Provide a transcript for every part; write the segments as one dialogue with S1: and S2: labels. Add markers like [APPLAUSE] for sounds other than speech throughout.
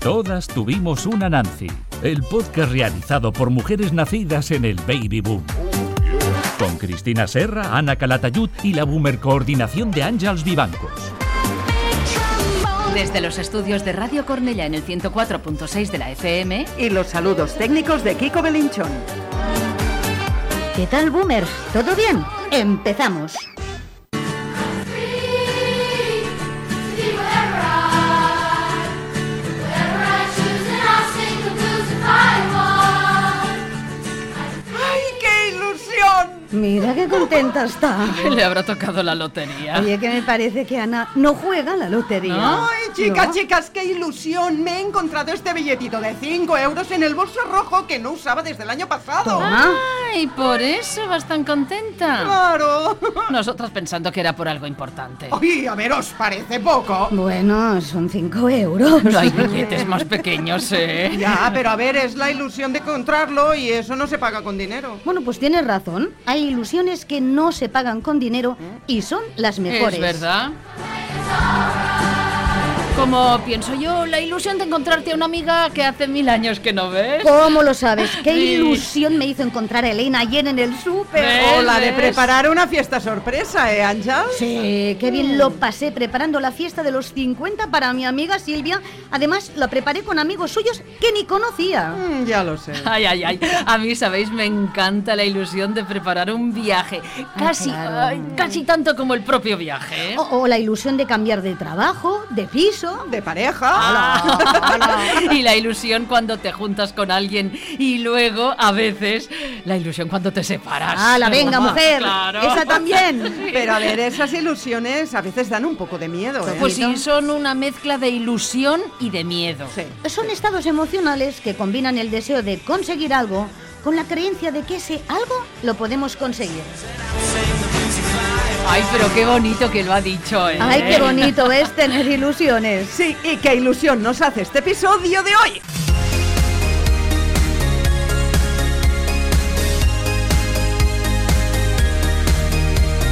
S1: Todas tuvimos una Nancy, el podcast realizado por mujeres nacidas en el baby boom. Con Cristina Serra, Ana Calatayud y la boomer coordinación de Ángels Vivancos.
S2: Desde los estudios de Radio Cornella en el 104.6 de la FM,
S3: y los saludos técnicos de Kiko Belinchón.
S4: ¿Qué tal, boomers? ¿Todo bien? Empezamos.
S3: ¡Ay, qué ilusión!
S4: Mira qué contenta está.
S2: [LAUGHS] le habrá tocado la lotería.
S4: Oye, que me parece que Ana no juega a la lotería.
S2: ¿No?
S3: ¡Ay, chicas,
S4: No.
S3: chicas, qué ilusión! Me he encontrado este billetito de 5 euros en el bolso rojo que no usaba desde el año pasado.
S4: Toma.
S2: Ay, por eso vas tan contenta.
S3: ¡Claro!
S2: Nosotras pensando que era por algo importante.
S3: ¡Ay, a ver, os parece poco!
S4: Bueno, son 5 euros.
S2: No hay billetes más
S4: [LAUGHS]
S2: pequeños, ¿eh?
S3: Ya, pero a ver, es la ilusión de encontrarlo y eso no se paga con dinero.
S4: Bueno, pues tienes razón. Hay ilusiones que no se pagan con dinero y son las mejores.
S2: Es verdad. Como pienso yo, la ilusión de encontrarte a una amiga que hace mil años que no ves.
S4: ¿Cómo lo
S2: [LAUGHS]
S4: sabes? Qué
S2: Sí.
S4: ilusión me hizo encontrar a Elena ayer en el súper.
S2: ¿Ves?
S3: O la de
S2: ¿Ves?
S3: preparar una fiesta sorpresa, ¿eh, Ángel?
S4: Sí, qué bien lo pasé preparando la fiesta de los 50 para mi amiga Silvia. Además, la preparé con amigos suyos que ni conocía.
S3: Mm, ya lo sé.
S2: Ay, ay, ay. A mí, sabéis, me encanta la ilusión de preparar un viaje. Casi,
S4: claro. Oh,
S2: ay, casi tanto como el propio viaje. ¿eh?
S4: O, o la ilusión de cambiar de trabajo, de piso.
S3: De pareja.
S2: y la ilusión cuando te juntas con alguien y luego, a veces, la ilusión cuando te separas.
S4: ¡Hala, Ah, venga, mujer!
S2: Claro.
S4: ¡Esa también!
S3: Pero a ver, esas ilusiones a veces dan un poco de miedo, ¿eh?
S2: Pues sí, son una mezcla de ilusión y de miedo.
S3: Sí.
S4: Son estados emocionales que combinan el deseo de conseguir algo con la creencia de que ese algo lo podemos conseguir.
S2: Ay, pero qué bonito que lo ha dicho, ¿eh?
S4: ¡Ay, qué bonito es tener ilusiones!
S3: Sí, y qué ilusión nos hace este episodio de hoy.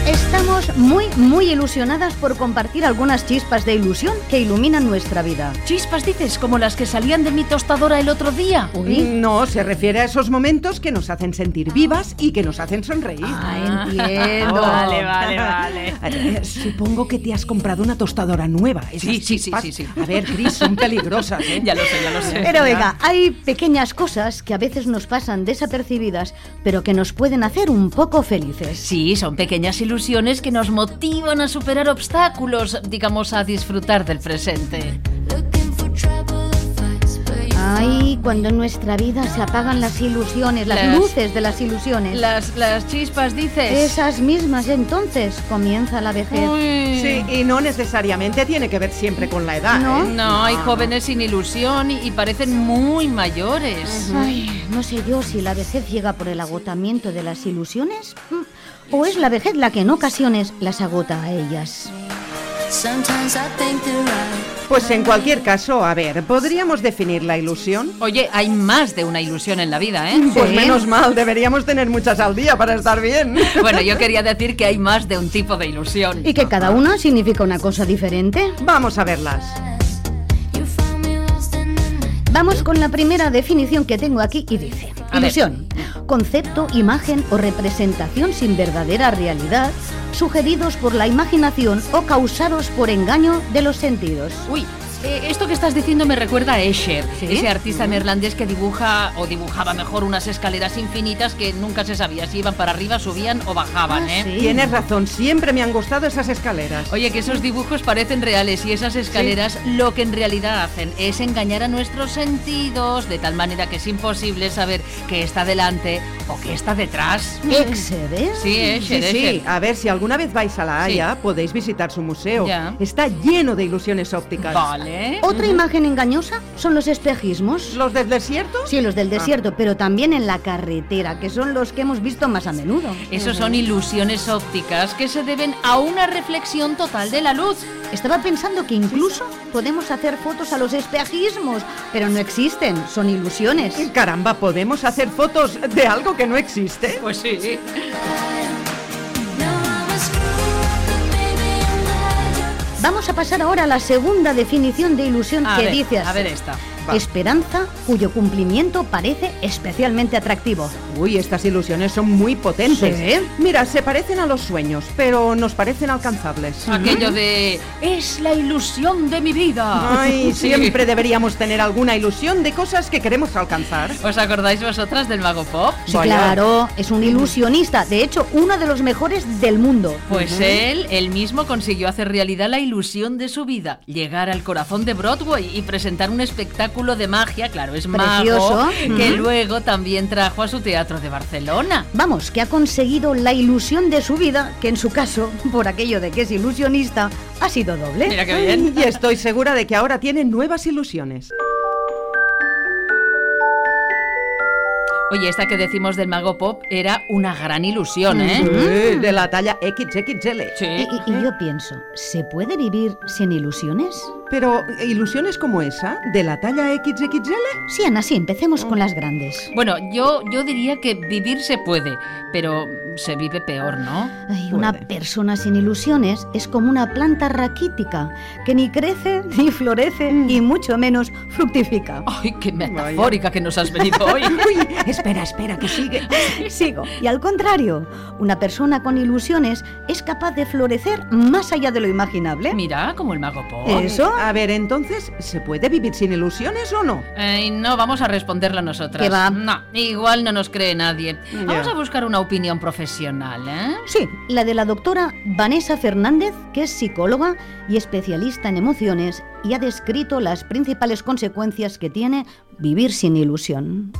S4: Estamos muy, muy ilusionadas por compartir algunas chispas de ilusión que iluminan nuestra vida.
S2: Chispas, dices, como las que salían de mi tostadora el otro día.
S4: Uy.
S3: No, se refiere a esos momentos que nos hacen sentir vivas y que nos hacen sonreír.
S2: Mm.
S3: Oh.
S4: Ah, entiendo.
S2: Vale, vale,
S3: [LAUGHS]
S2: vale.
S3: Eh, Supongo que te has comprado una tostadora nueva. Esas
S2: Sí, sí, sí,
S3: chispas-
S2: sí, sí.
S3: A ver, Cris, son peligrosas, ¿eh?
S2: [LAUGHS] Ya lo sé, ya lo sé.
S4: Pero venga, hay pequeñas cosas que a veces nos pasan desapercibidas, pero que nos pueden hacer un poco felices.
S2: Sí, son pequeñas ilusiones que nos motivan a superar obstáculos, digamos, a disfrutar del presente.
S4: Ay, cuando en nuestra vida se apagan las ilusiones, las,
S2: Las-
S4: luces de las ilusiones.
S2: Las, las chispas, dices.
S4: Esas mismas entonces comienza la vejez.
S2: Uy.
S3: Sí, y no necesariamente tiene que ver siempre con la edad.
S4: No.
S3: ¿eh?
S2: No, hay jóvenes sin ilusión y y parecen muy mayores.
S4: Ay, no sé yo si la vejez llega por el agotamiento de las ilusiones mm, o es la vejez la que en ocasiones las agota a ellas.
S5: Sometimes I think they're right.
S3: Pues en cualquier caso, a ver, ¿podríamos definir la ilusión?
S2: Oye, hay más de una ilusión en la vida, ¿eh?
S3: Pues
S4: Sí.
S3: menos mal, deberíamos tener muchas al día para
S2: [LAUGHS]
S3: estar bien.
S2: Bueno, yo quería decir que hay más de un tipo de ilusión.
S4: Y que cada una significa una cosa diferente.
S3: Vamos a verlas.
S5: You find me lost in the night.
S4: Vamos con la primera definición que tengo aquí y dice,
S2: A ver.
S4: ilusión, concepto, imagen o representación sin verdadera realidad, sugeridos por la imaginación o causados por engaño de los sentidos.
S2: Uy, eh, esto que estás diciendo me recuerda a Escher,
S4: ¿Sí?
S2: ese artista neerlandés que dibuja o dibujaba mejor unas escaleras infinitas que nunca se sabía si iban para arriba, subían o bajaban,
S4: Ah,
S2: ¿eh?
S4: sí.
S3: Tienes razón, siempre me han gustado esas escaleras.
S2: Oye, que esos dibujos parecen reales y esas escaleras lo que en realidad hacen es engañar a nuestros sentidos de tal manera que es imposible saber qué está delante o qué está detrás.
S4: Excel, ¿eh?
S2: Sí,
S3: Sí,
S2: Escher,
S3: sí,
S2: Escher.
S3: a ver, si alguna vez vais a La Haya, podéis visitar su museo.
S2: Ya.
S3: Está lleno de ilusiones ópticas.
S2: Vale. Vale.
S4: Otra imagen engañosa son los espejismos.
S3: ¿Los del desierto? Ah.
S4: Sí, los
S2: Ah.
S4: del desierto, pero también en la carretera, que son los que hemos visto más a menudo.
S2: Esos son ilusiones ópticas que se deben a una reflexión total de la luz.
S4: Estaba pensando que incluso podemos hacer fotos a los espejismos, pero no existen, son ilusiones.
S3: Caramba, ¿podemos hacer fotos de algo que no existe?
S2: Pues sí.
S5: Now I'm a screw up, but maybe I'm glad you're
S4: Vamos a pasar ahora a la segunda definición de ilusión
S2: A
S4: que
S2: ver,
S4: dice
S2: a
S4: así.
S2: ver esta.
S3: Va.
S4: Esperanza cuyo cumplimiento parece especialmente atractivo.
S3: Uy, estas ilusiones son muy potentes.
S4: Sí.
S3: Mira, se parecen a los sueños, pero nos parecen alcanzables.
S2: Aquello de es la ilusión de mi vida. [LAUGHS]
S3: Ay,
S2: Sí.
S3: siempre deberíamos tener alguna ilusión de cosas que queremos alcanzar.
S2: ¿Os acordáis vosotras del mago pop?
S4: Sí,
S3: Vaya.
S4: claro, es un ilusionista, de hecho, uno de los mejores del mundo.
S2: Pues él, él mismo consiguió hacer realidad la ilusión de su vida, llegar al corazón de Broadway y presentar un espectáculo de magia, claro, es mago,
S4: Precioso.
S2: que
S4: Ujú.
S2: luego también trajo a su teatro de Barcelona.
S4: Vamos, que ha conseguido la ilusión de su vida, que en su caso, por aquello de que es ilusionista, ha sido doble.
S2: Mira qué bien.
S3: Y estoy segura de que ahora tiene nuevas ilusiones.
S2: Oye, esta que decimos del mago pop era una gran ilusión, ¿eh?
S4: ¿Mm?
S3: Eh, De la talla XXL.
S4: Y,
S2: Sí.
S4: y- y yo pienso, ¿se puede vivir sin ilusiones?
S3: Pero ilusiones como esa, de la talla XXL,
S4: Sí, Ana, sí, empecemos con las grandes.
S2: Bueno, yo, yo diría que vivir se puede, pero se vive peor, ¿no?
S4: Ay, una
S3: Puede.
S4: persona sin ilusiones es como una planta raquítica que ni crece, [LAUGHS] ni florece,
S3: Mm.
S4: y mucho menos fructifica.
S2: Ay, qué metafórica que nos has venido
S4: [LAUGHS]
S2: hoy.
S3: Espera, espera, que sigue.
S4: Sigo. Y al contrario, una persona con ilusiones es capaz de florecer más allá de lo imaginable.
S2: Mira, como el mago pop.
S4: Eh, ¿Eso?
S3: A ver, entonces, ¿se puede vivir sin ilusiones o no?
S2: Ay, no, vamos a responderla nosotras.
S4: ¿Qué va?
S2: No, igual no nos cree nadie.
S3: Ya.
S2: Vamos a buscar una opinión profesional, ¿eh?
S4: Sí, la de la doctora Vanessa Fernández, que es psicóloga y especialista en emociones, y ha descrito las principales consecuencias que tiene vivir sin ilusión.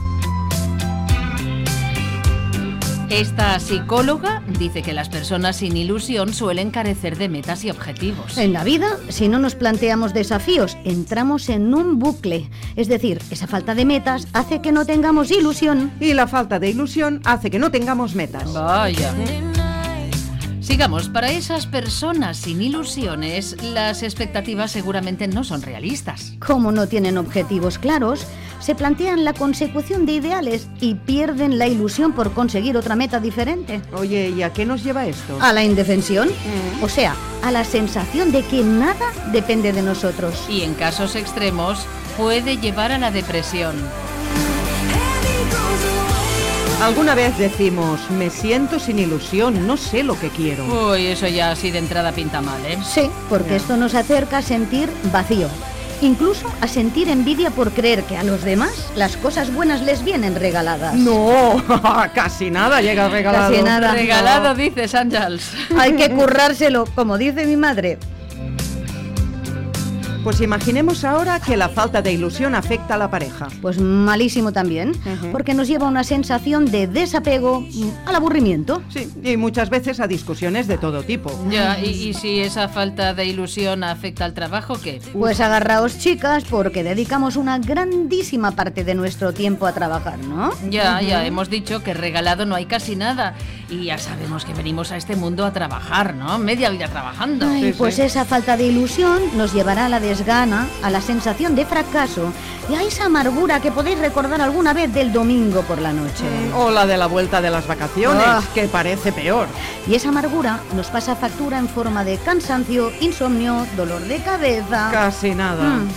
S2: Esta psicóloga dice que las personas sin ilusión suelen carecer de metas y objetivos.
S4: En la vida, si no nos planteamos desafíos, entramos en un bucle. Es decir, esa falta de metas hace que no tengamos ilusión.
S3: Y la falta de ilusión hace que no tengamos metas.
S2: Vaya. Sigamos, para esas personas sin ilusiones, las expectativas seguramente no son realistas.
S4: Como no tienen objetivos claros, se plantean la consecución de ideales y pierden la ilusión por conseguir otra meta diferente.
S3: Oye, ¿y a qué nos lleva esto? Ah,
S4: A la indefensión, o sea, a la sensación de que nada depende de nosotros.
S2: Y en casos extremos, puede llevar a la depresión.
S3: Alguna vez decimos, me siento sin ilusión, no sé lo que quiero.
S2: Uy, eso ya así de entrada pinta mal, ¿eh?
S4: Sí, porque esto nos acerca a sentir vacío. Incluso a sentir envidia por creer que a los demás las cosas buenas les vienen regaladas.
S3: No, [LAUGHS] casi nada llega regalado.
S4: Casi nada.
S2: Regalado, dice San Charles.
S4: Hay
S3: [LAUGHS]
S4: que currárselo, como dice mi madre.
S3: Pues imaginemos ahora que la falta de ilusión afecta a la pareja.
S4: Pues malísimo también,
S3: Ujú.
S4: porque nos lleva a una sensación de desapego mm, al aburrimiento.
S3: Sí, y muchas veces a discusiones de todo tipo.
S2: Ya, y, y si esa falta de ilusión afecta al trabajo, ¿qué?
S4: Pues agarraos chicas porque dedicamos una grandísima parte de nuestro tiempo a trabajar, ¿no?
S2: Ya, ya hemos dicho que regalado no hay casi nada. Y ya sabemos que venimos a este mundo a trabajar, ¿no? Media vida trabajando.
S4: Ay,
S3: Sí,
S4: pues
S3: sí.
S4: esa falta de ilusión nos llevará a la desgana, a la sensación de fracaso y a esa amargura que podéis recordar alguna vez del domingo por la noche. Oh.
S3: O la de la vuelta de las vacaciones,
S4: Ah.
S3: que parece peor.
S4: Y esa amargura nos pasa factura en forma de cansancio, insomnio, dolor de cabeza.
S3: Casi nada.
S4: Mm.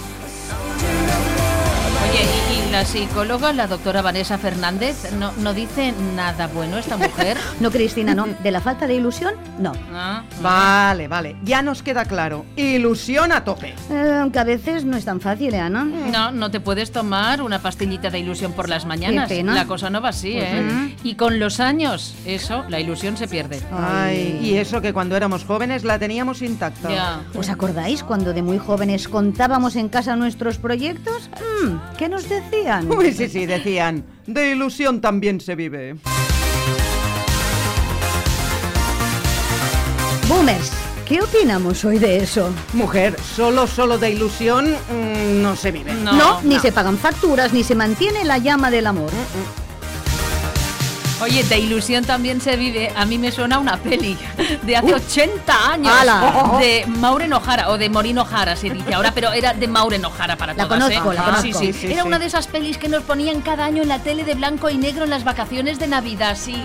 S2: Oye, y, y la psicóloga, la doctora Vanessa Fernández, no, no dice nada bueno esta mujer.
S4: [LAUGHS] No, Cristina, no. ¿De la falta de ilusión? No.
S2: Ah,
S3: Vale, vale, ya nos queda claro. Ilusión a tope.
S4: Eh, aunque a veces no es tan fácil, ¿eh, Ana?
S2: No, no te puedes tomar una pastillita de ilusión por las mañanas.
S4: Qué pena. Pues
S2: La cosa no va así, ¿eh? Y con los años, eso, la ilusión se pierde.
S3: Ay, y eso que cuando éramos jóvenes la teníamos intacta.
S2: Ya.
S4: Eh, ¿Os acordáis cuando de muy jóvenes contábamos en casa nuestros proyectos? Mm, ¿Qué nos decían?
S3: Uy, sí, sí, decían, de ilusión también se vive.
S4: Boomers, ¿Qué opinamos hoy de eso?
S3: Mujer, solo, solo de ilusión mm, no se vive.
S2: No,
S4: ni
S2: no.
S4: se pagan facturas, ni se mantiene la llama del amor.
S2: Oye, de ilusión también se vive. A mí me suena una peli de hace 80 años.
S4: ¡Hala!
S2: De Maureen O'Hara o de Maureen O'Hara se dice ahora, pero era de Maureen O'Hara para
S4: La
S2: todas,
S4: conozco,
S2: ¿eh?
S4: la
S2: Ah,
S4: conozco.
S2: Sí, sí.
S3: Sí, sí,
S2: Era
S3: sí.
S2: una de esas pelis que nos ponían cada año en la tele de blanco y negro en las vacaciones de Navidad, sí.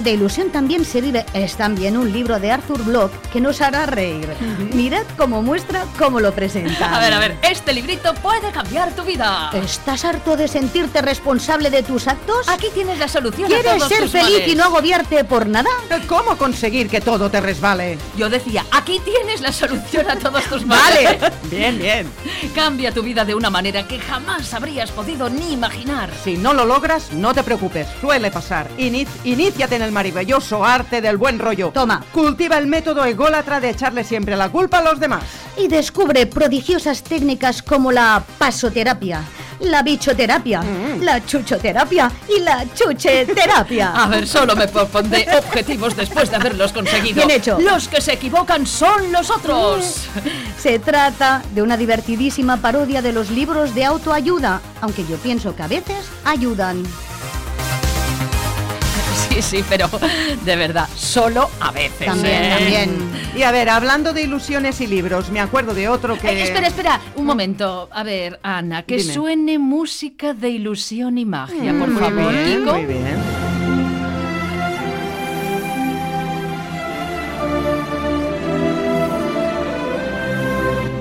S4: De ilusión también se vive. Es también un libro de Arthur Block que nos hará reír. Mirad cómo muestra cómo lo presenta.
S2: A ver, a ver, este librito puede cambiar tu vida.
S4: ¿Estás harto de sentirte responsable de tus actos?
S2: Aquí tienes la solución a
S4: ¿Quieres
S2: todos
S4: ser
S2: tus
S4: feliz y
S2: males.
S4: no agobiarte por nada?
S3: Eh, ¿Cómo conseguir que todo te resbale?
S2: Yo decía, aquí tienes la solución a todos tus males. [LAUGHS]
S3: Vale. bien, bien.
S2: Cambia tu vida de una manera que jamás habrías podido ni imaginar.
S3: Si no lo logras, no te preocupes, suele pasar. Ini- iníciate en el maravilloso arte del buen rollo.
S4: Toma.
S3: Cultiva el método ególatra de echarle siempre la culpa a los demás.
S4: Y descubre prodigiosas técnicas como la pasoterapia, la bichoterapia,
S2: Mm.
S4: la chuchoterapia y la
S2: A [LAUGHS]
S4: chucheterapia.
S2: ver, solo me propondré objetivos después de haberlos conseguido.
S4: Bien hecho.
S2: Los que se equivocan son los otros.
S3: Mm.
S4: Se trata de una divertidísima parodia de los libros de autoayuda, aunque yo pienso que a veces ayudan.
S2: [LAUGHS] Mm. Sí, sí, pero de verdad, solo a veces.
S4: También,
S2: ¿eh?
S4: también.
S3: Y a ver, hablando de ilusiones y libros, me acuerdo de otro que...
S2: Ay, Eh,
S4: Eh,
S2: espera, espera, un momento. A ver, Ana, que
S3: Eh, Dime.
S2: suene música de ilusión y magia, por
S3: Mm, Muy
S2: favor.
S3: bien,
S2: Kiko.
S3: muy bien.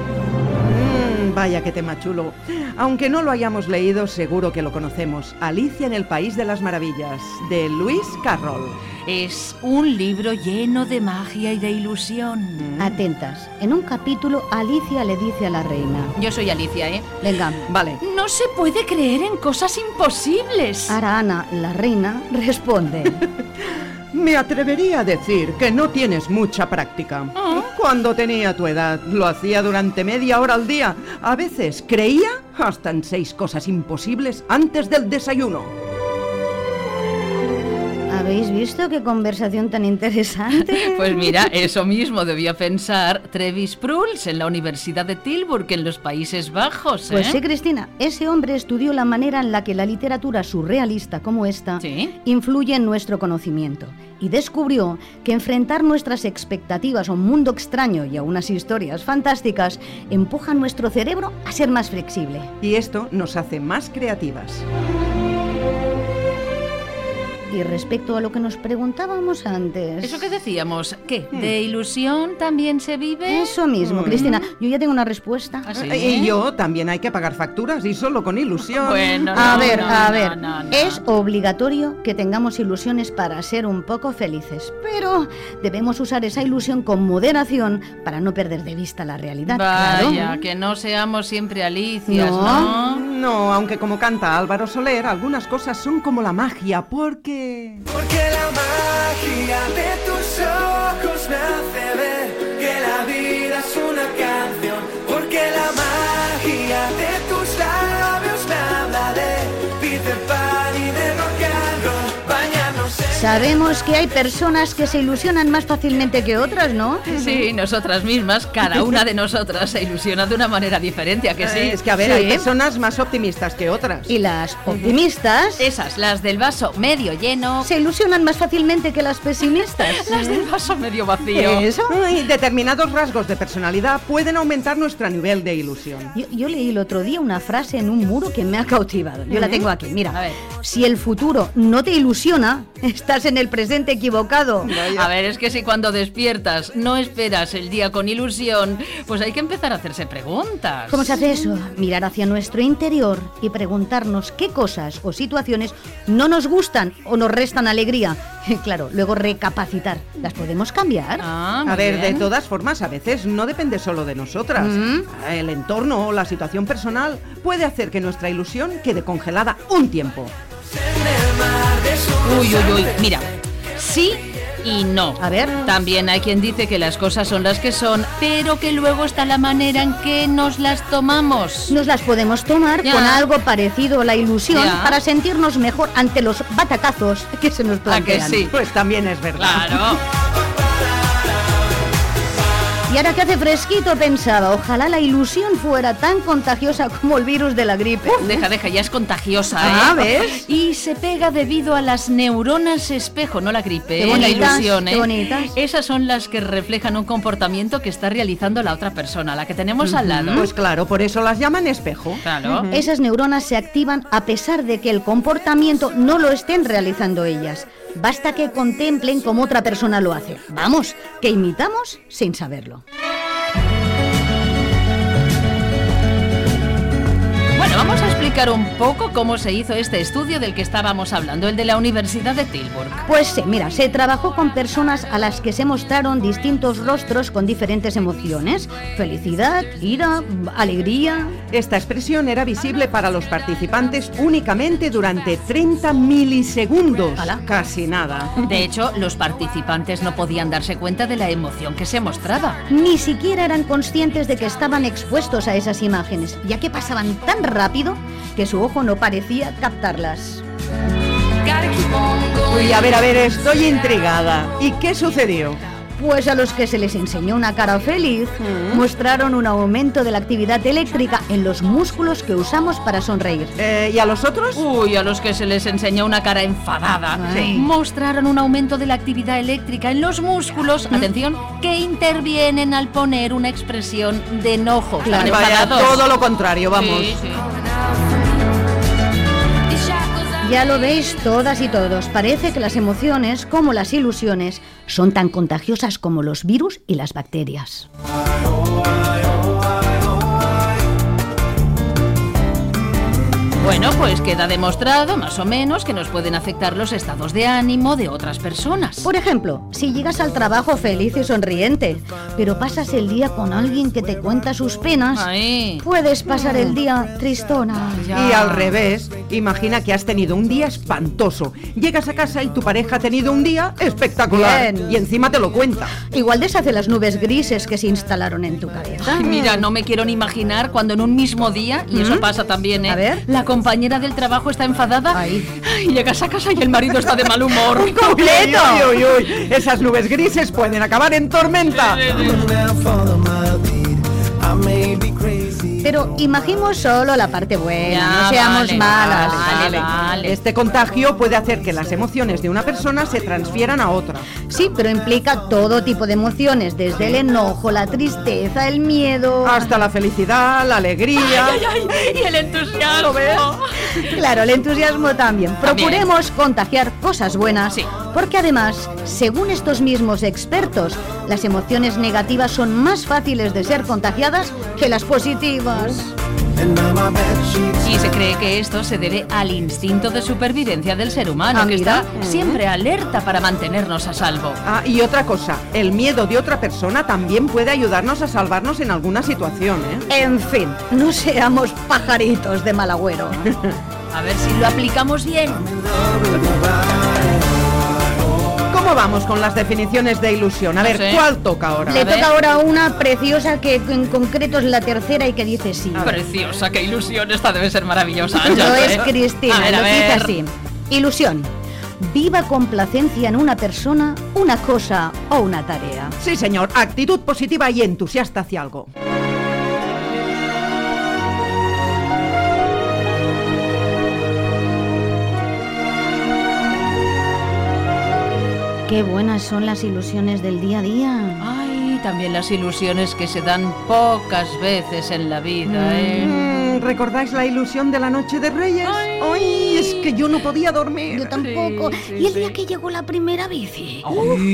S3: Mm, Vaya que tema chulo. Aunque no lo hayamos leído, seguro que lo conocemos. Alicia en el País de las Maravillas, de Luis Carroll.
S2: Es un libro lleno de magia y de ilusión.
S4: Atentas, en un capítulo Alicia le dice a la reina,
S3: Mm.
S2: Yo soy Alicia, ¿eh?
S4: venga,
S3: Vale.
S2: No se puede creer en cosas imposibles.
S4: ahora Ana, la reina, responde.
S2: [LAUGHS]
S3: Me atrevería a decir que no tienes mucha práctica.
S2: ¿Ah?
S3: Cuando tenía tu edad, lo hacía durante media hora al día. A veces creía hasta en seis cosas imposibles antes del desayuno.
S4: ¿Habéis visto qué conversación tan interesante?
S2: Pues mira, eso mismo debía pensar Trevis Pruls en la Universidad de Tilburg, en los Países Bajos. ¿eh?
S4: Pues sí, Cristina, ese hombre estudió la manera en la que la literatura surrealista como esta
S2: Sí.
S4: influye en nuestro conocimiento y descubrió que enfrentar nuestras expectativas a un mundo extraño y a unas historias fantásticas empuja a nuestro cerebro a ser más flexible.
S3: Y esto nos hace más creativas.
S4: Y respecto a lo que nos preguntábamos antes...
S2: Eso que decíamos, ¿qué?
S3: Hmm.
S2: ¿De ilusión también se vive?
S4: Eso mismo, Cristina. Yo ya tengo una respuesta.
S2: Mm. ¿Ah, sí?
S3: Y yo también hay que pagar facturas y solo con
S2: [LAUGHS]
S3: ilusión. Ah,
S2: Bueno,
S4: A
S2: no,
S4: ver,
S2: no,
S4: a
S2: no,
S4: ver,
S2: no, no.
S4: es obligatorio que tengamos ilusiones para ser un poco felices, pero debemos usar esa ilusión con moderación para no perder de vista la realidad.
S2: Vaya,
S4: claro.
S2: que no seamos siempre Alicias,
S4: No.
S2: ¿no?
S3: No, aunque como canta Álvaro Soler, algunas cosas son como la magia, porque...
S6: Porque la magia de tus ojos me hace ver que la vida es una canción. Porque la magia de tus labios me habla de Peter Pan y de rock and roll. Bañarnos en
S4: Sabemos que hay personas que se ilusionan más fácilmente que otras, ¿no?
S2: Sí, nosotras mismas, cada una de nosotras se ilusiona de una manera diferente, ¿a que sí?
S3: Es que, a ver,
S4: Sí.
S3: hay personas más optimistas que otras.
S4: Y las optimistas
S2: Esas, las del vaso medio lleno,
S4: se ilusionan más fácilmente que las pesimistas.
S2: las del vaso medio vacío.
S3: ¿Eso? Y determinados rasgos de personalidad pueden aumentar nuestro nivel de ilusión.
S4: Yo, yo leí el otro día una frase en un muro que me ha cautivado. Yo la tengo aquí,
S2: A
S4: mira.
S2: ver.
S4: Si el futuro no te ilusiona, estás en el presente equivocado.
S2: A ver, es que si cuando despiertas no esperas el día con ilusión, pues hay que empezar a hacerse preguntas.
S4: ¿Cómo se hace eso? Mirar hacia nuestro interior y preguntarnos qué cosas o situaciones no nos gustan o nos restan alegría. [LAUGHS] Y claro, luego recapacitar. ¿Las podemos cambiar?
S2: Ah, muy
S3: A ver, de
S2: bien. Mm.
S3: todas formas, a veces no depende solo de nosotras. El entorno o la situación personal puede hacer que nuestra ilusión quede congelada un tiempo.
S2: Uy, uy, uy. Mira, sí y no.
S4: A ver.
S2: También hay quien dice que las cosas son las que son, pero que luego está la manera en que nos las tomamos.
S4: Nos las podemos tomar
S2: Ya.
S4: con algo parecido a la ilusión
S2: Ya.
S4: para sentirnos mejor ante los batacazos que se nos
S2: ¿A que
S4: plantean.
S2: sí?
S3: Pues también es verdad.
S2: Claro.
S4: Y ahora que hace fresquito pensaba, ojalá la ilusión fuera tan contagiosa como el virus de la gripe.
S2: Deja, deja, ya es contagiosa, ¿eh?
S4: Ah, ¿ves?
S2: Y se pega debido a las neuronas espejo, no la gripe,
S4: Qué
S2: ¿eh? la
S4: bonitas,
S2: ilusión,
S4: qué
S2: ¿eh?
S4: bonitas.
S2: Esas son las que reflejan un comportamiento que está realizando la otra persona, la que tenemos al lado.
S3: Pues claro, por eso las llaman espejo.
S2: claro.
S4: Esas neuronas se activan a pesar de que el comportamiento no lo estén realizando ellas. Basta que contemplen cómo otra persona lo hace. Vamos, que imitamos sin saberlo.
S2: Eh, Bueno, vamos a explicar un poco cómo se hizo este estudio del que estábamos hablando, el de la Universidad de Tilburg.
S4: Pues sí, mira, se trabajó con personas a las que se mostraron distintos rostros con diferentes emociones. Felicidad, ira, alegría.
S3: Esta expresión era visible para los participantes únicamente durante 30 milisegundos.
S4: Ala.
S3: Casi nada.
S2: De hecho, los participantes no podían darse cuenta de la emoción que se mostraba.
S4: Ni siquiera eran conscientes de que estaban expuestos a esas imágenes, ya que pasaban tan rápido que su ojo no parecía captarlas.
S3: Uy, a ver, a ver, estoy intrigada. ¿Y qué sucedió?
S4: Pues a los que se les enseñó una cara feliz, mostraron un aumento de la actividad eléctrica en los músculos que usamos para sonreír.
S3: Eh, ¿Y a los otros?
S2: Uy, a los que se les enseñó una cara
S3: Ah.
S2: enfadada.
S4: Sí.
S2: Mostraron un aumento de la actividad eléctrica en los músculos, atención, que intervienen al poner una expresión de enojo. Estaban
S3: Vaya,
S2: enfadados.
S3: todo lo contrario, vamos.
S2: Sí, sí.
S4: Ya lo veis todas y todos, parece que las emociones, como las ilusiones, son tan contagiosas como los virus y las bacterias.
S2: Bueno, pues queda demostrado, más o menos, que nos pueden afectar los estados de ánimo de otras personas.
S4: Por ejemplo, si llegas al trabajo feliz y sonriente, pero pasas el día con alguien que te cuenta sus penas,
S2: Ay.
S4: puedes pasar el día tristona.
S3: Y al revés, imagina que has tenido un día espantoso. Llegas a casa y tu pareja ha tenido un día espectacular.
S4: Bien.
S3: Y encima te lo cuenta.
S4: Igual deshace las nubes grises que se instalaron en tu cabeza.
S2: Ay, Mira, no me quiero ni imaginar cuando en un mismo día, y eso pasa también, ¿eh?
S4: Mm. A ver.
S2: La compañera del trabajo está enfadada.
S4: Ay.
S2: Ay, llegas a casa y el marido está de mal
S4: [LAUGHS]
S2: humor.
S3: ¡Completo! Uy, uy, uy. Esas nubes grises pueden acabar en tormenta.
S4: Pero imaginemos solo la parte buena,
S2: Ya,
S4: no seamos
S2: vale,
S4: malas.
S2: Vale, vale.
S3: Este contagio puede hacer que las emociones de una persona se transfieran a otra.
S4: Sí, pero implica todo tipo de emociones, desde el enojo, la tristeza, el miedo.
S2: Ah.
S3: Hasta la felicidad, la alegría.
S2: Ay, y el entusiasmo.
S4: [LAUGHS] Claro, el entusiasmo también.
S2: También.
S4: Procuremos contagiar cosas buenas.
S2: Sí.
S4: Porque además, según estos mismos expertos, las emociones negativas son más fáciles de ser contagiadas que las positivas.
S2: Y se cree que esto se debe al instinto de supervivencia del ser humano,
S4: Ah,
S2: que
S4: mira.
S2: está siempre alerta para mantenernos a salvo.
S3: Ah, y otra cosa, el miedo de otra persona también puede ayudarnos a salvarnos en alguna situación, ¿eh?
S4: En fin, no seamos pajaritos de mal agüero.
S2: A ver si lo aplicamos bien.
S3: ¿Cómo vamos con las definiciones de ilusión? A ver,
S2: sé.
S3: ¿cuál toca ahora?
S2: [LAUGHS]
S4: Le
S2: A ver.
S4: toca ahora una preciosa que en concreto es la tercera y que dice sí.
S2: Preciosa, qué ilusión. Esta debe ser maravillosa. Ángel,
S4: No es
S2: ¿eh?
S4: Cristina,
S2: A ver, a
S4: lo dice
S2: ver.
S4: así. Ilusión. Viva complacencia en una persona, una cosa o una tarea.
S3: Sí, señor, actitud positiva y entusiasta hacia algo.
S4: Qué buenas son las ilusiones del día a día.
S2: Ay, también las ilusiones que se dan pocas veces en la vida, ¿eh?
S3: Mm, ¿Recordáis la ilusión de la noche de Reyes? Ay, es que yo no podía
S4: Yo
S3: dormir.
S4: tampoco. y el día que llegó la primera bici.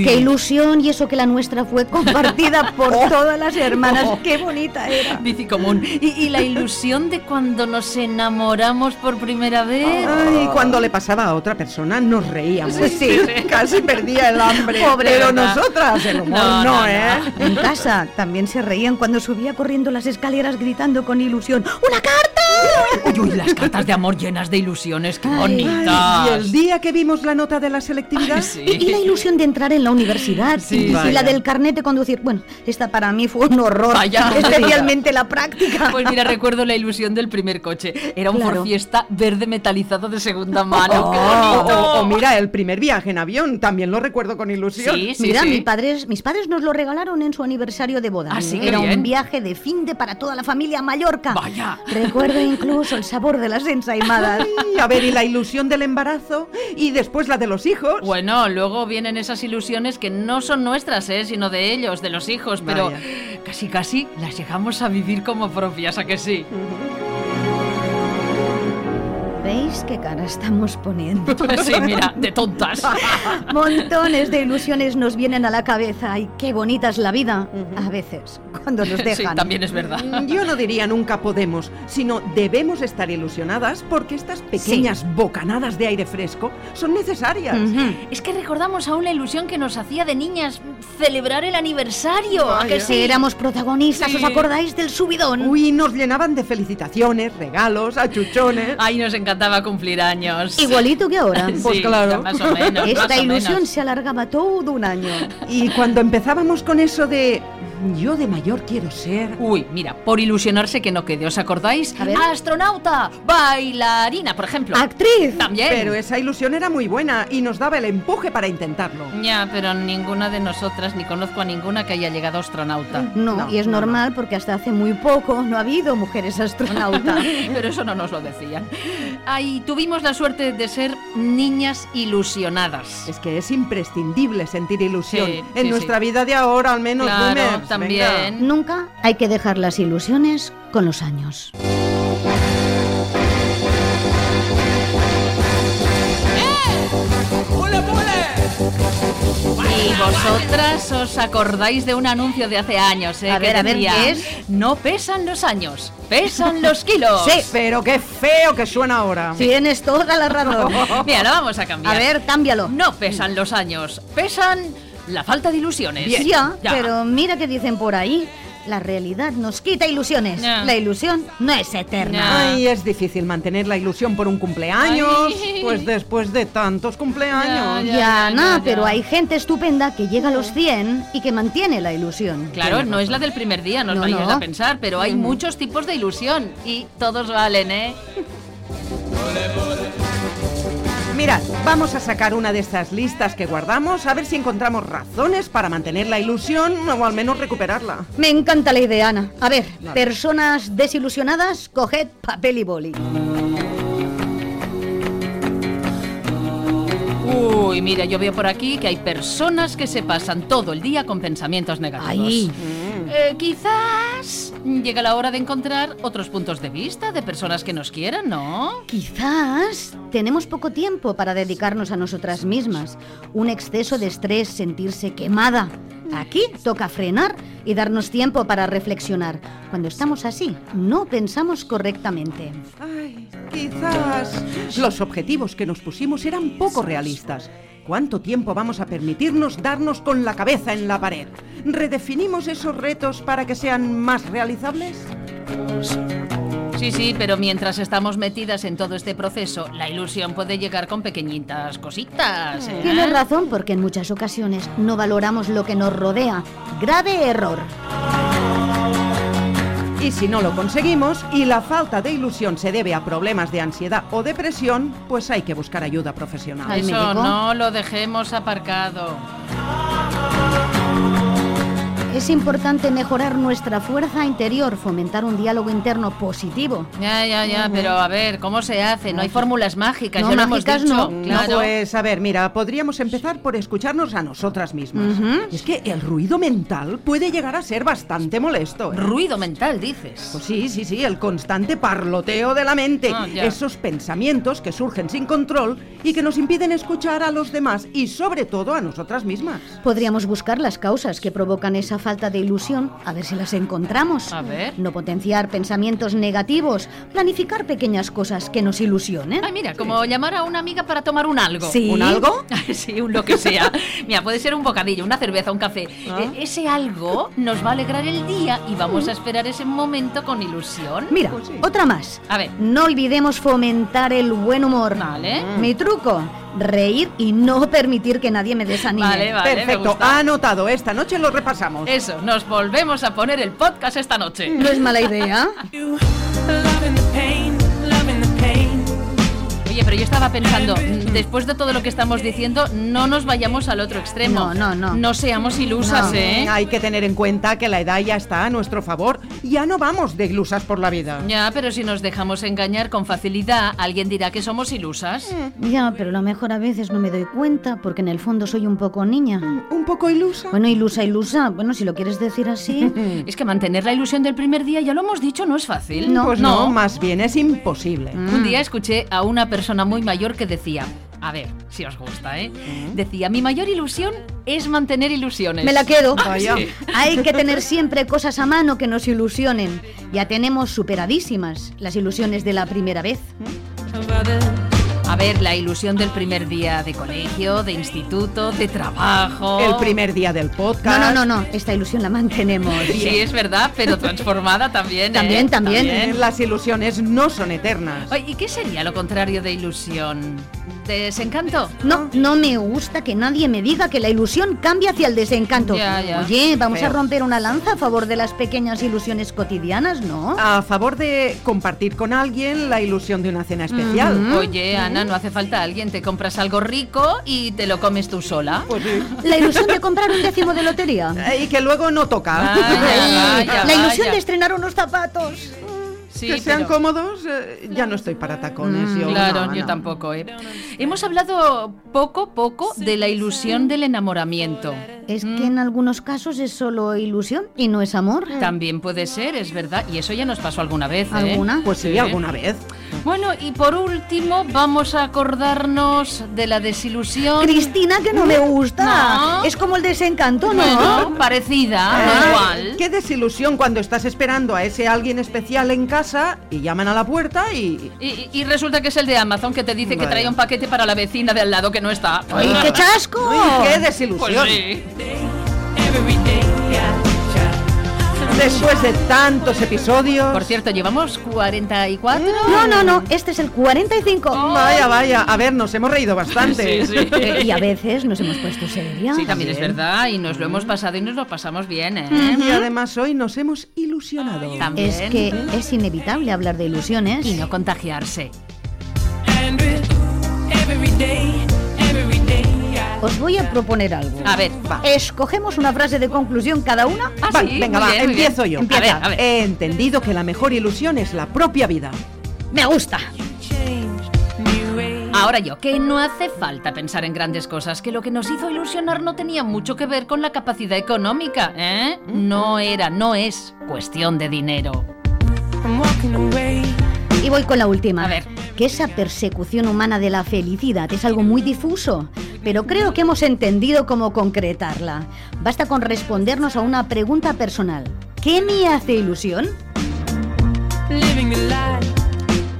S4: ¡Qué ilusión! Y eso que la nuestra fue [LAUGHS] compartida por todas las hermanas. Oh. ¡Qué bonita
S3: Mm.
S4: era!
S2: Bici común. Y, y la ilusión de cuando nos enamoramos por primera vez.
S3: Ay, cuando le pasaba a otra persona nos reíamos.
S2: Sí, sí, sí.
S3: [LAUGHS] casi perdía el hambre.
S2: Pobre,
S3: pero
S2: ¿verdad?
S3: nosotras el humor
S2: No,
S3: no,
S2: no,
S3: ¿eh?
S4: En casa también se reían cuando subía corriendo las escaleras gritando con ilusión. ¡Una carta!
S2: Uy, uy, las cartas de amor llenas de ilusiones, qué bonitas.
S3: Ay, y el día que vimos la nota de la selectividad.
S2: Ay, sí.
S4: Y, y la ilusión de entrar en la universidad
S2: Sí,
S4: y- y,
S3: vaya.
S4: la del carnet de conducir. Bueno, esta para mí fue un horror,
S2: Vaya.
S4: especialmente la práctica.
S2: Pues mira, recuerdo la ilusión del primer coche. Era un
S4: Claro.
S2: Ford Fiesta verde metalizado de segunda mano. ¡Qué
S3: Oh,
S2: bonito!
S3: o, o mira, el primer viaje en avión, también lo recuerdo con ilusión.
S2: Sí, sí,
S4: Mira,
S2: sí.
S4: mis padres, mis padres nos lo regalaron en su aniversario de boda.
S2: Ah, sí, qué
S4: Era
S2: bien.
S4: un viaje de fin de para toda la familia a Mallorca.
S2: Vaya.
S4: Recuerdo incluso el sabor de las
S2: [LAUGHS]
S4: ensaimadas.
S3: Y, a ver, y la ilusión del embarazo y después la de los hijos.
S2: Bueno, luego vienen esas ilusiones que no son nuestras, ¿eh? sino de ellos, de los hijos, pero
S3: Vaya.
S2: casi casi las llegamos a vivir como propias, ¿a que sí? [LAUGHS]
S4: ¿Veis qué cara estamos poniendo?
S2: Sí, mira, de tontas.
S4: Montones de ilusiones nos vienen a la cabeza y qué bonita es la vida a veces cuando nos
S2: [LAUGHS]
S4: dejan.
S2: Sí, también es verdad.
S3: Mm, Yo no diría nunca podemos, sino debemos estar ilusionadas porque estas pequeñas bocanadas de aire fresco son necesarias.
S4: Ujú.
S2: Es que recordamos aún la ilusión que nos hacía de niñas celebrar el aniversario, ¿a que
S4: Que sí,
S2: sí?
S4: éramos protagonistas,
S2: Sí.
S4: ¿os acordáis del subidón?
S3: Uy, nos llenaban de felicitaciones, regalos, achuchones.
S2: Ay, nos encantaba cumplir años.
S4: Igualito que
S2: [LAUGHS]
S4: ahora.
S2: Sí,
S3: Pues claro.
S2: Más o menos.
S4: Esta
S2: más o
S4: ilusión
S2: menos.
S4: se alargaba todo un año.
S3: Y cuando empezábamos con eso de yo de mayor quiero ser.
S2: Uy, mira, por ilusionarse que no quede, ¿os acordáis?
S4: A ver.
S2: Astronauta, bailarina, por ejemplo.
S4: ¡Actriz!
S2: También.
S3: Pero esa ilusión era muy buena y nos daba el empuje para intentarlo.
S2: Ya, pero ninguna de nosotras, ni conozco a ninguna que haya llegado astronauta.
S4: No,
S3: No,
S4: y es
S3: no, no.
S4: normal porque hasta hace muy poco no ha habido mujeres
S2: [LAUGHS]
S4: astronautas.
S2: Pero eso no nos lo decían. Ay, tuvimos la suerte de ser niñas ilusionadas.
S3: Es que es imprescindible sentir ilusión.
S2: Sí,
S3: en
S2: sí,
S3: nuestra vida de ahora, al menos,
S2: Claro,
S3: boomers. Venga.
S2: también.
S4: Nunca hay que dejar las ilusiones con los años.
S2: Y vosotras os acordáis de un anuncio de hace años, ¿eh?
S4: A
S2: que
S4: ver, a ver,
S2: decía,
S4: ¿qué es?
S2: No pesan los años, pesan los kilos.
S3: Pero qué feo que suena ahora.
S4: Tienes toda la razón.
S2: [LAUGHS] Mira, lo vamos a
S4: A
S2: cambiar.
S4: ver, cámbialo.
S2: No pesan los años, pesan la falta de ilusiones.
S4: Ya, pero mira que dicen por ahí. La realidad nos quita ilusiones.
S2: No.
S4: La ilusión no es eterna.
S3: Ay, es difícil mantener la ilusión por un cumpleaños,
S2: Ay.
S3: pues después de tantos cumpleaños.
S2: Ya,
S4: Ya,
S2: ya,
S4: na,
S2: ya.
S4: pero hay gente estupenda que llega a los 100 y que mantiene la ilusión.
S2: Claro, no es la del primer día, no os
S4: No,
S2: vayáis
S4: no.
S2: a pensar, pero hay muchos tipos de ilusión y todos valen, ¿eh?
S3: Mirad, vamos a sacar una de estas listas que guardamos a ver si encontramos razones para mantener la ilusión o al menos recuperarla.
S4: Me encanta la idea, Ana. A ver,
S3: Vale.
S4: personas desilusionadas, coged papel y boli.
S2: Uy, mira, yo veo por aquí que hay personas que se pasan todo el día con pensamientos negativos.
S4: Ahí.
S2: Eh, quizás llega la hora de encontrar otros puntos de vista de personas que nos quieran, ¿no?
S4: Quizás tenemos poco tiempo para dedicarnos a nosotras mismas. Un exceso de estrés, sentirse quemada. Aquí toca frenar y darnos tiempo para reflexionar. Cuando estamos así, no pensamos correctamente.
S3: Ay, quizás los objetivos que nos pusimos eran poco realistas. ¿Cuánto tiempo vamos a permitirnos darnos con la cabeza en la pared? ¿Redefinimos esos retos para que sean más realizables?
S2: Sí, sí, pero mientras estamos metidas en todo este proceso, la ilusión puede llegar con pequeñitas cositas. ¿eh?
S4: Tienes razón porque en muchas ocasiones no valoramos lo que nos rodea. Grave error.
S3: Y si no lo conseguimos y la falta de ilusión se debe a problemas de ansiedad o depresión, pues hay que buscar ayuda profesional.
S4: Ay. al
S2: Eso
S4: médico.
S2: no lo dejemos aparcado.
S4: Es importante mejorar nuestra fuerza interior, fomentar un diálogo interno positivo.
S2: Ya, ya, ya, pero a ver, ¿cómo se hace? No hay fórmulas mágicas,
S4: No,
S2: ya lo hemos
S4: mágicas
S2: dicho.
S4: no.
S2: Claro.
S3: Pues a ver, mira, podríamos empezar por escucharnos a nosotras mismas. Es que el ruido mental puede llegar a ser bastante molesto. ¿eh?
S2: Ruido mental, dices.
S3: Pues sí, sí, sí, el constante parloteo de la mente,
S2: Ah, ya.
S3: esos pensamientos que surgen sin control y que nos impiden escuchar a los demás y sobre todo a nosotras mismas.
S4: Podríamos buscar las causas que provocan esa esa falta de ilusión, a ver si las encontramos.
S2: A ver.
S4: No potenciar pensamientos negativos, planificar pequeñas cosas que nos ilusionen.
S2: Ay, mira, como llamar a una amiga para tomar un algo. [LAUGHS]
S4: Sí.
S3: ¿Un algo?
S2: sí, un lo que sea. Mira, puede ser un bocadillo, una cerveza, un café.
S4: Ah.
S2: E- ese algo nos va a alegrar el día y vamos a esperar ese momento con ilusión.
S4: Mira, otra más.
S2: Pues A ver.
S4: No olvidemos fomentar el buen humor.
S2: Vale.
S4: Mi truco, reír y no permitir que nadie me desanime.
S2: Vale, vale, me
S3: Perfecto,
S2: gusta.
S3: anotado. Esta noche lo repasamos.
S2: Eso, nos volvemos a poner el podcast esta noche.
S4: No es mala idea. [LAUGHS]
S2: Oye, pero yo estaba pensando, mm, después de todo lo que estamos diciendo, no nos vayamos al otro extremo.
S4: No, no, no.
S2: No seamos ilusas,
S4: No.
S2: ¿eh?
S3: Hay que tener en cuenta que la edad ya está a nuestro favor. Ya no vamos de ilusas por la vida.
S2: Ya, pero si nos dejamos engañar con facilidad, alguien dirá que somos
S4: Mm.
S2: ilusas.
S4: Ya, pero a lo mejor a veces no me doy cuenta porque en el fondo soy un poco niña.
S3: ¿Un poco ilusa? Mm.
S4: Bueno, ilusa, ilusa. Bueno, si lo quieres
S2: [LAUGHS]
S4: decir así.
S2: Es que mantener la ilusión del primer día, ya lo hemos dicho, no es fácil.
S3: pues no, Mm. más bien es imposible.
S2: Un día escuché a una persona muy mayor que decía, a ver, si os gusta, ¿eh?
S3: Mm.
S2: Decía, mi mayor ilusión es mantener ilusiones.
S4: Me la quedo.
S3: [LAUGHS] Vaya.
S2: Ah, Sí.
S4: Hay que tener siempre cosas a mano que nos ilusionen. Ya tenemos superadísimas las ilusiones de la primera vez.
S2: A ver, la ilusión del primer día de colegio, de instituto, de trabajo.
S3: El primer día del podcast.
S4: No, no, no, no. Esta ilusión la mantenemos.
S2: Sí, es verdad, pero transformada eh, también. ¿eh?
S4: También, también.
S3: Eh, Las ilusiones no son eternas.
S2: Oye, ¿Y qué sería lo contrario de ilusión? ¿Desencanto?
S4: No, no me gusta que nadie me diga que la ilusión cambia hacia el desencanto.
S2: Ya, ya.
S4: Oye, vamos a
S3: Feo.
S4: romper una lanza a favor de las pequeñas ilusiones cotidianas, ¿no?
S3: A favor de compartir con alguien la ilusión de una cena especial.
S2: Oye,
S3: Mm.
S2: Ana, no hace falta alguien. Te compras algo rico y te lo comes tú sola.
S3: Pues sí.
S4: La ilusión de comprar un décimo de lotería.
S3: Eh, Y que luego no toca. [LAUGHS]
S2: Vaya, vaya,
S4: la ilusión
S2: vaya.
S4: de estrenar unos zapatos.
S2: Sí,
S3: Pues que sean
S2: pero- Mm,
S3: cómodos, eh, ya no estoy para tacones. yo,
S2: Claro,
S3: no,
S2: yo
S3: no.
S2: tampoco. ¿eh? Hemos hablado poco, poco de la ilusión del enamoramiento.
S4: Es que en algunos casos es solo ilusión y no es amor.
S2: Mm. También puede ser, es verdad, y eso ya nos pasó alguna vez. ¿eh?
S4: ¿Alguna?
S3: Pues sí,
S2: Sí.
S3: alguna vez.
S2: Bueno, y por último, vamos a acordarnos de la desilusión.
S4: Cristina, que no me gusta.
S2: No.
S4: Es como el desencanto, ¿no?
S2: Bueno, parecida,
S3: Ay,
S2: no Ah, igual.
S3: Eh, Qué desilusión cuando estás esperando a ese alguien especial en casa y llaman a la puerta y...
S2: Y, y resulta que es el de Amazon que te dice que
S3: Vaya.
S2: trae un paquete para la vecina de al lado que no está.
S4: ¡Ay, qué chasco!
S3: ¡Uy, ¡Qué
S2: Pues
S3: desilusión!
S2: sí.
S3: Después de tantos episodios...
S2: Por cierto, llevamos 44.
S4: No, no, no, este es el 45.
S3: Vaya, vaya. A ver, nos hemos reído bastante.
S2: sí.
S4: Eh, y a veces nos hemos puesto seria.
S2: Sí, también es verdad, y nos lo hemos pasado y nos lo pasamos bien, ¿eh?
S3: [LAUGHS] Y además hoy nos hemos ilusionado.
S2: También.
S4: Es que es inevitable hablar de ilusiones.
S2: Y no contagiarse.
S4: Os voy a proponer algo.
S2: A ver, va.
S4: Escogemos una frase de conclusión cada una.
S2: Ah,
S3: Vale,
S2: sí,
S3: venga,
S2: muy
S3: va,
S2: bien, muy
S3: empiezo
S2: bien.
S3: yo.
S2: A ver, a ver.
S3: He entendido que la mejor ilusión es la propia vida.
S4: Me gusta.
S2: Ahora yo, que no hace falta pensar en grandes cosas, que lo que nos hizo ilusionar no tenía mucho que ver con la capacidad económica, ¿eh? No era, no es cuestión de dinero.
S4: Y voy con la última.
S2: A ver.
S4: Que esa persecución humana de la felicidad es algo muy difuso, pero creo que hemos entendido cómo concretarla. Basta con respondernos a una pregunta personal. ¿Qué me hace ilusión?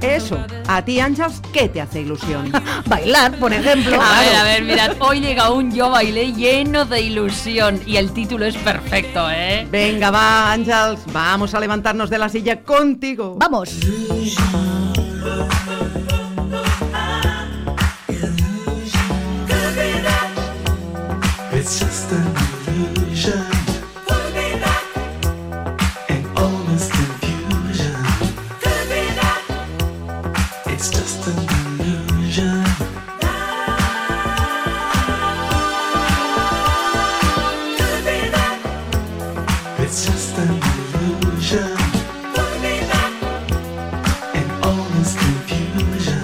S3: Eso, a ti, Ángels, ¿qué te
S2: [LAUGHS]
S3: hace ilusión?
S4: Bailar, por ejemplo.
S3: [LAUGHS]
S2: A ver, a ver, mirad, hoy llega un Yo Bailé lleno de ilusión y el título es perfecto, ¿eh?
S3: Venga, va, Ángels, vamos a levantarnos de la silla contigo.
S4: Vamos.
S7: It's just an illusion. And almost confusion. It's just an illusion. It's just an illusion. And almost confusion.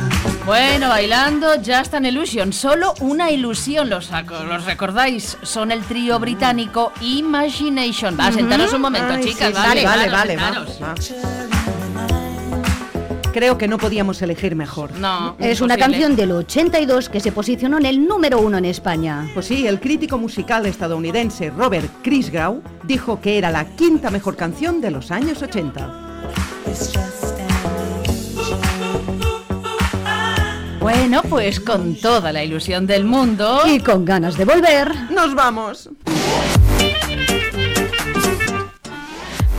S2: Bueno, bailando Just an Illusion, solo una ilusión, los, saco- los recordáis, son el trío británico Imagination. Va, sentaros un momento,
S3: Ay,
S2: chicas,
S3: sí,
S2: vale,
S3: sí, vale,
S2: sentaros,
S3: vale,
S2: sentaros.
S3: va, va. creo que no podíamos elegir mejor.
S2: No.
S4: Es una
S2: imposible.
S4: canción del 82 que se posicionó en el número uno en España.
S3: Pues sí, el crítico musical estadounidense Robert Chris Grau dijo que era la quinta mejor canción de los años 80.
S2: Bueno, pues con toda la ilusión del mundo.
S4: Y con ganas de volver.
S3: ¡Nos vamos!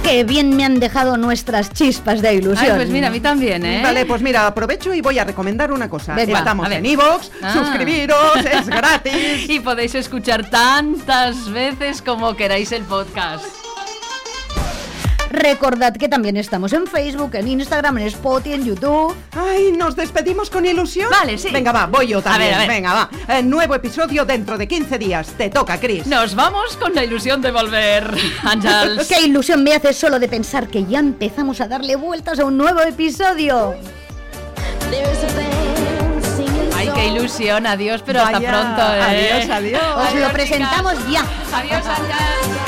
S4: Qué bien me han dejado nuestras chispas de
S2: Ay,
S4: ilusión.
S2: pues mira, a mí también, ¿eh?
S3: Vale, pues mira, aprovecho y voy a recomendar una cosa.
S4: Venga,
S3: Estamos
S2: a ver.
S3: en Evox,
S2: Ah.
S3: suscribiros,
S2: [LAUGHS]
S3: es gratis.
S2: Y podéis escuchar tantas veces como queráis el podcast.
S4: Recordad que también estamos en Facebook, en Instagram, en Spotify, en YouTube.
S3: Ay, nos despedimos con ilusión.
S2: Vale, sí.
S3: Venga, va, voy yo también.
S2: ver, a ver.
S3: Venga, va. Eh, nuevo episodio dentro de 15 días. Te toca, Chris.
S2: Nos vamos con la ilusión de volver, Ángels.
S4: Qué ilusión me hace solo de pensar que ya empezamos a darle vueltas a un nuevo episodio.
S5: There's a band singing
S2: Ay, qué ilusión, adiós, pero hasta
S3: Vaya,
S2: pronto, ¿eh?
S3: adiós, adiós. Os
S4: Os lo
S2: Adiós,
S4: presentamos
S2: chicas.
S4: ya.
S2: Adiós, Ángels.
S5: songs.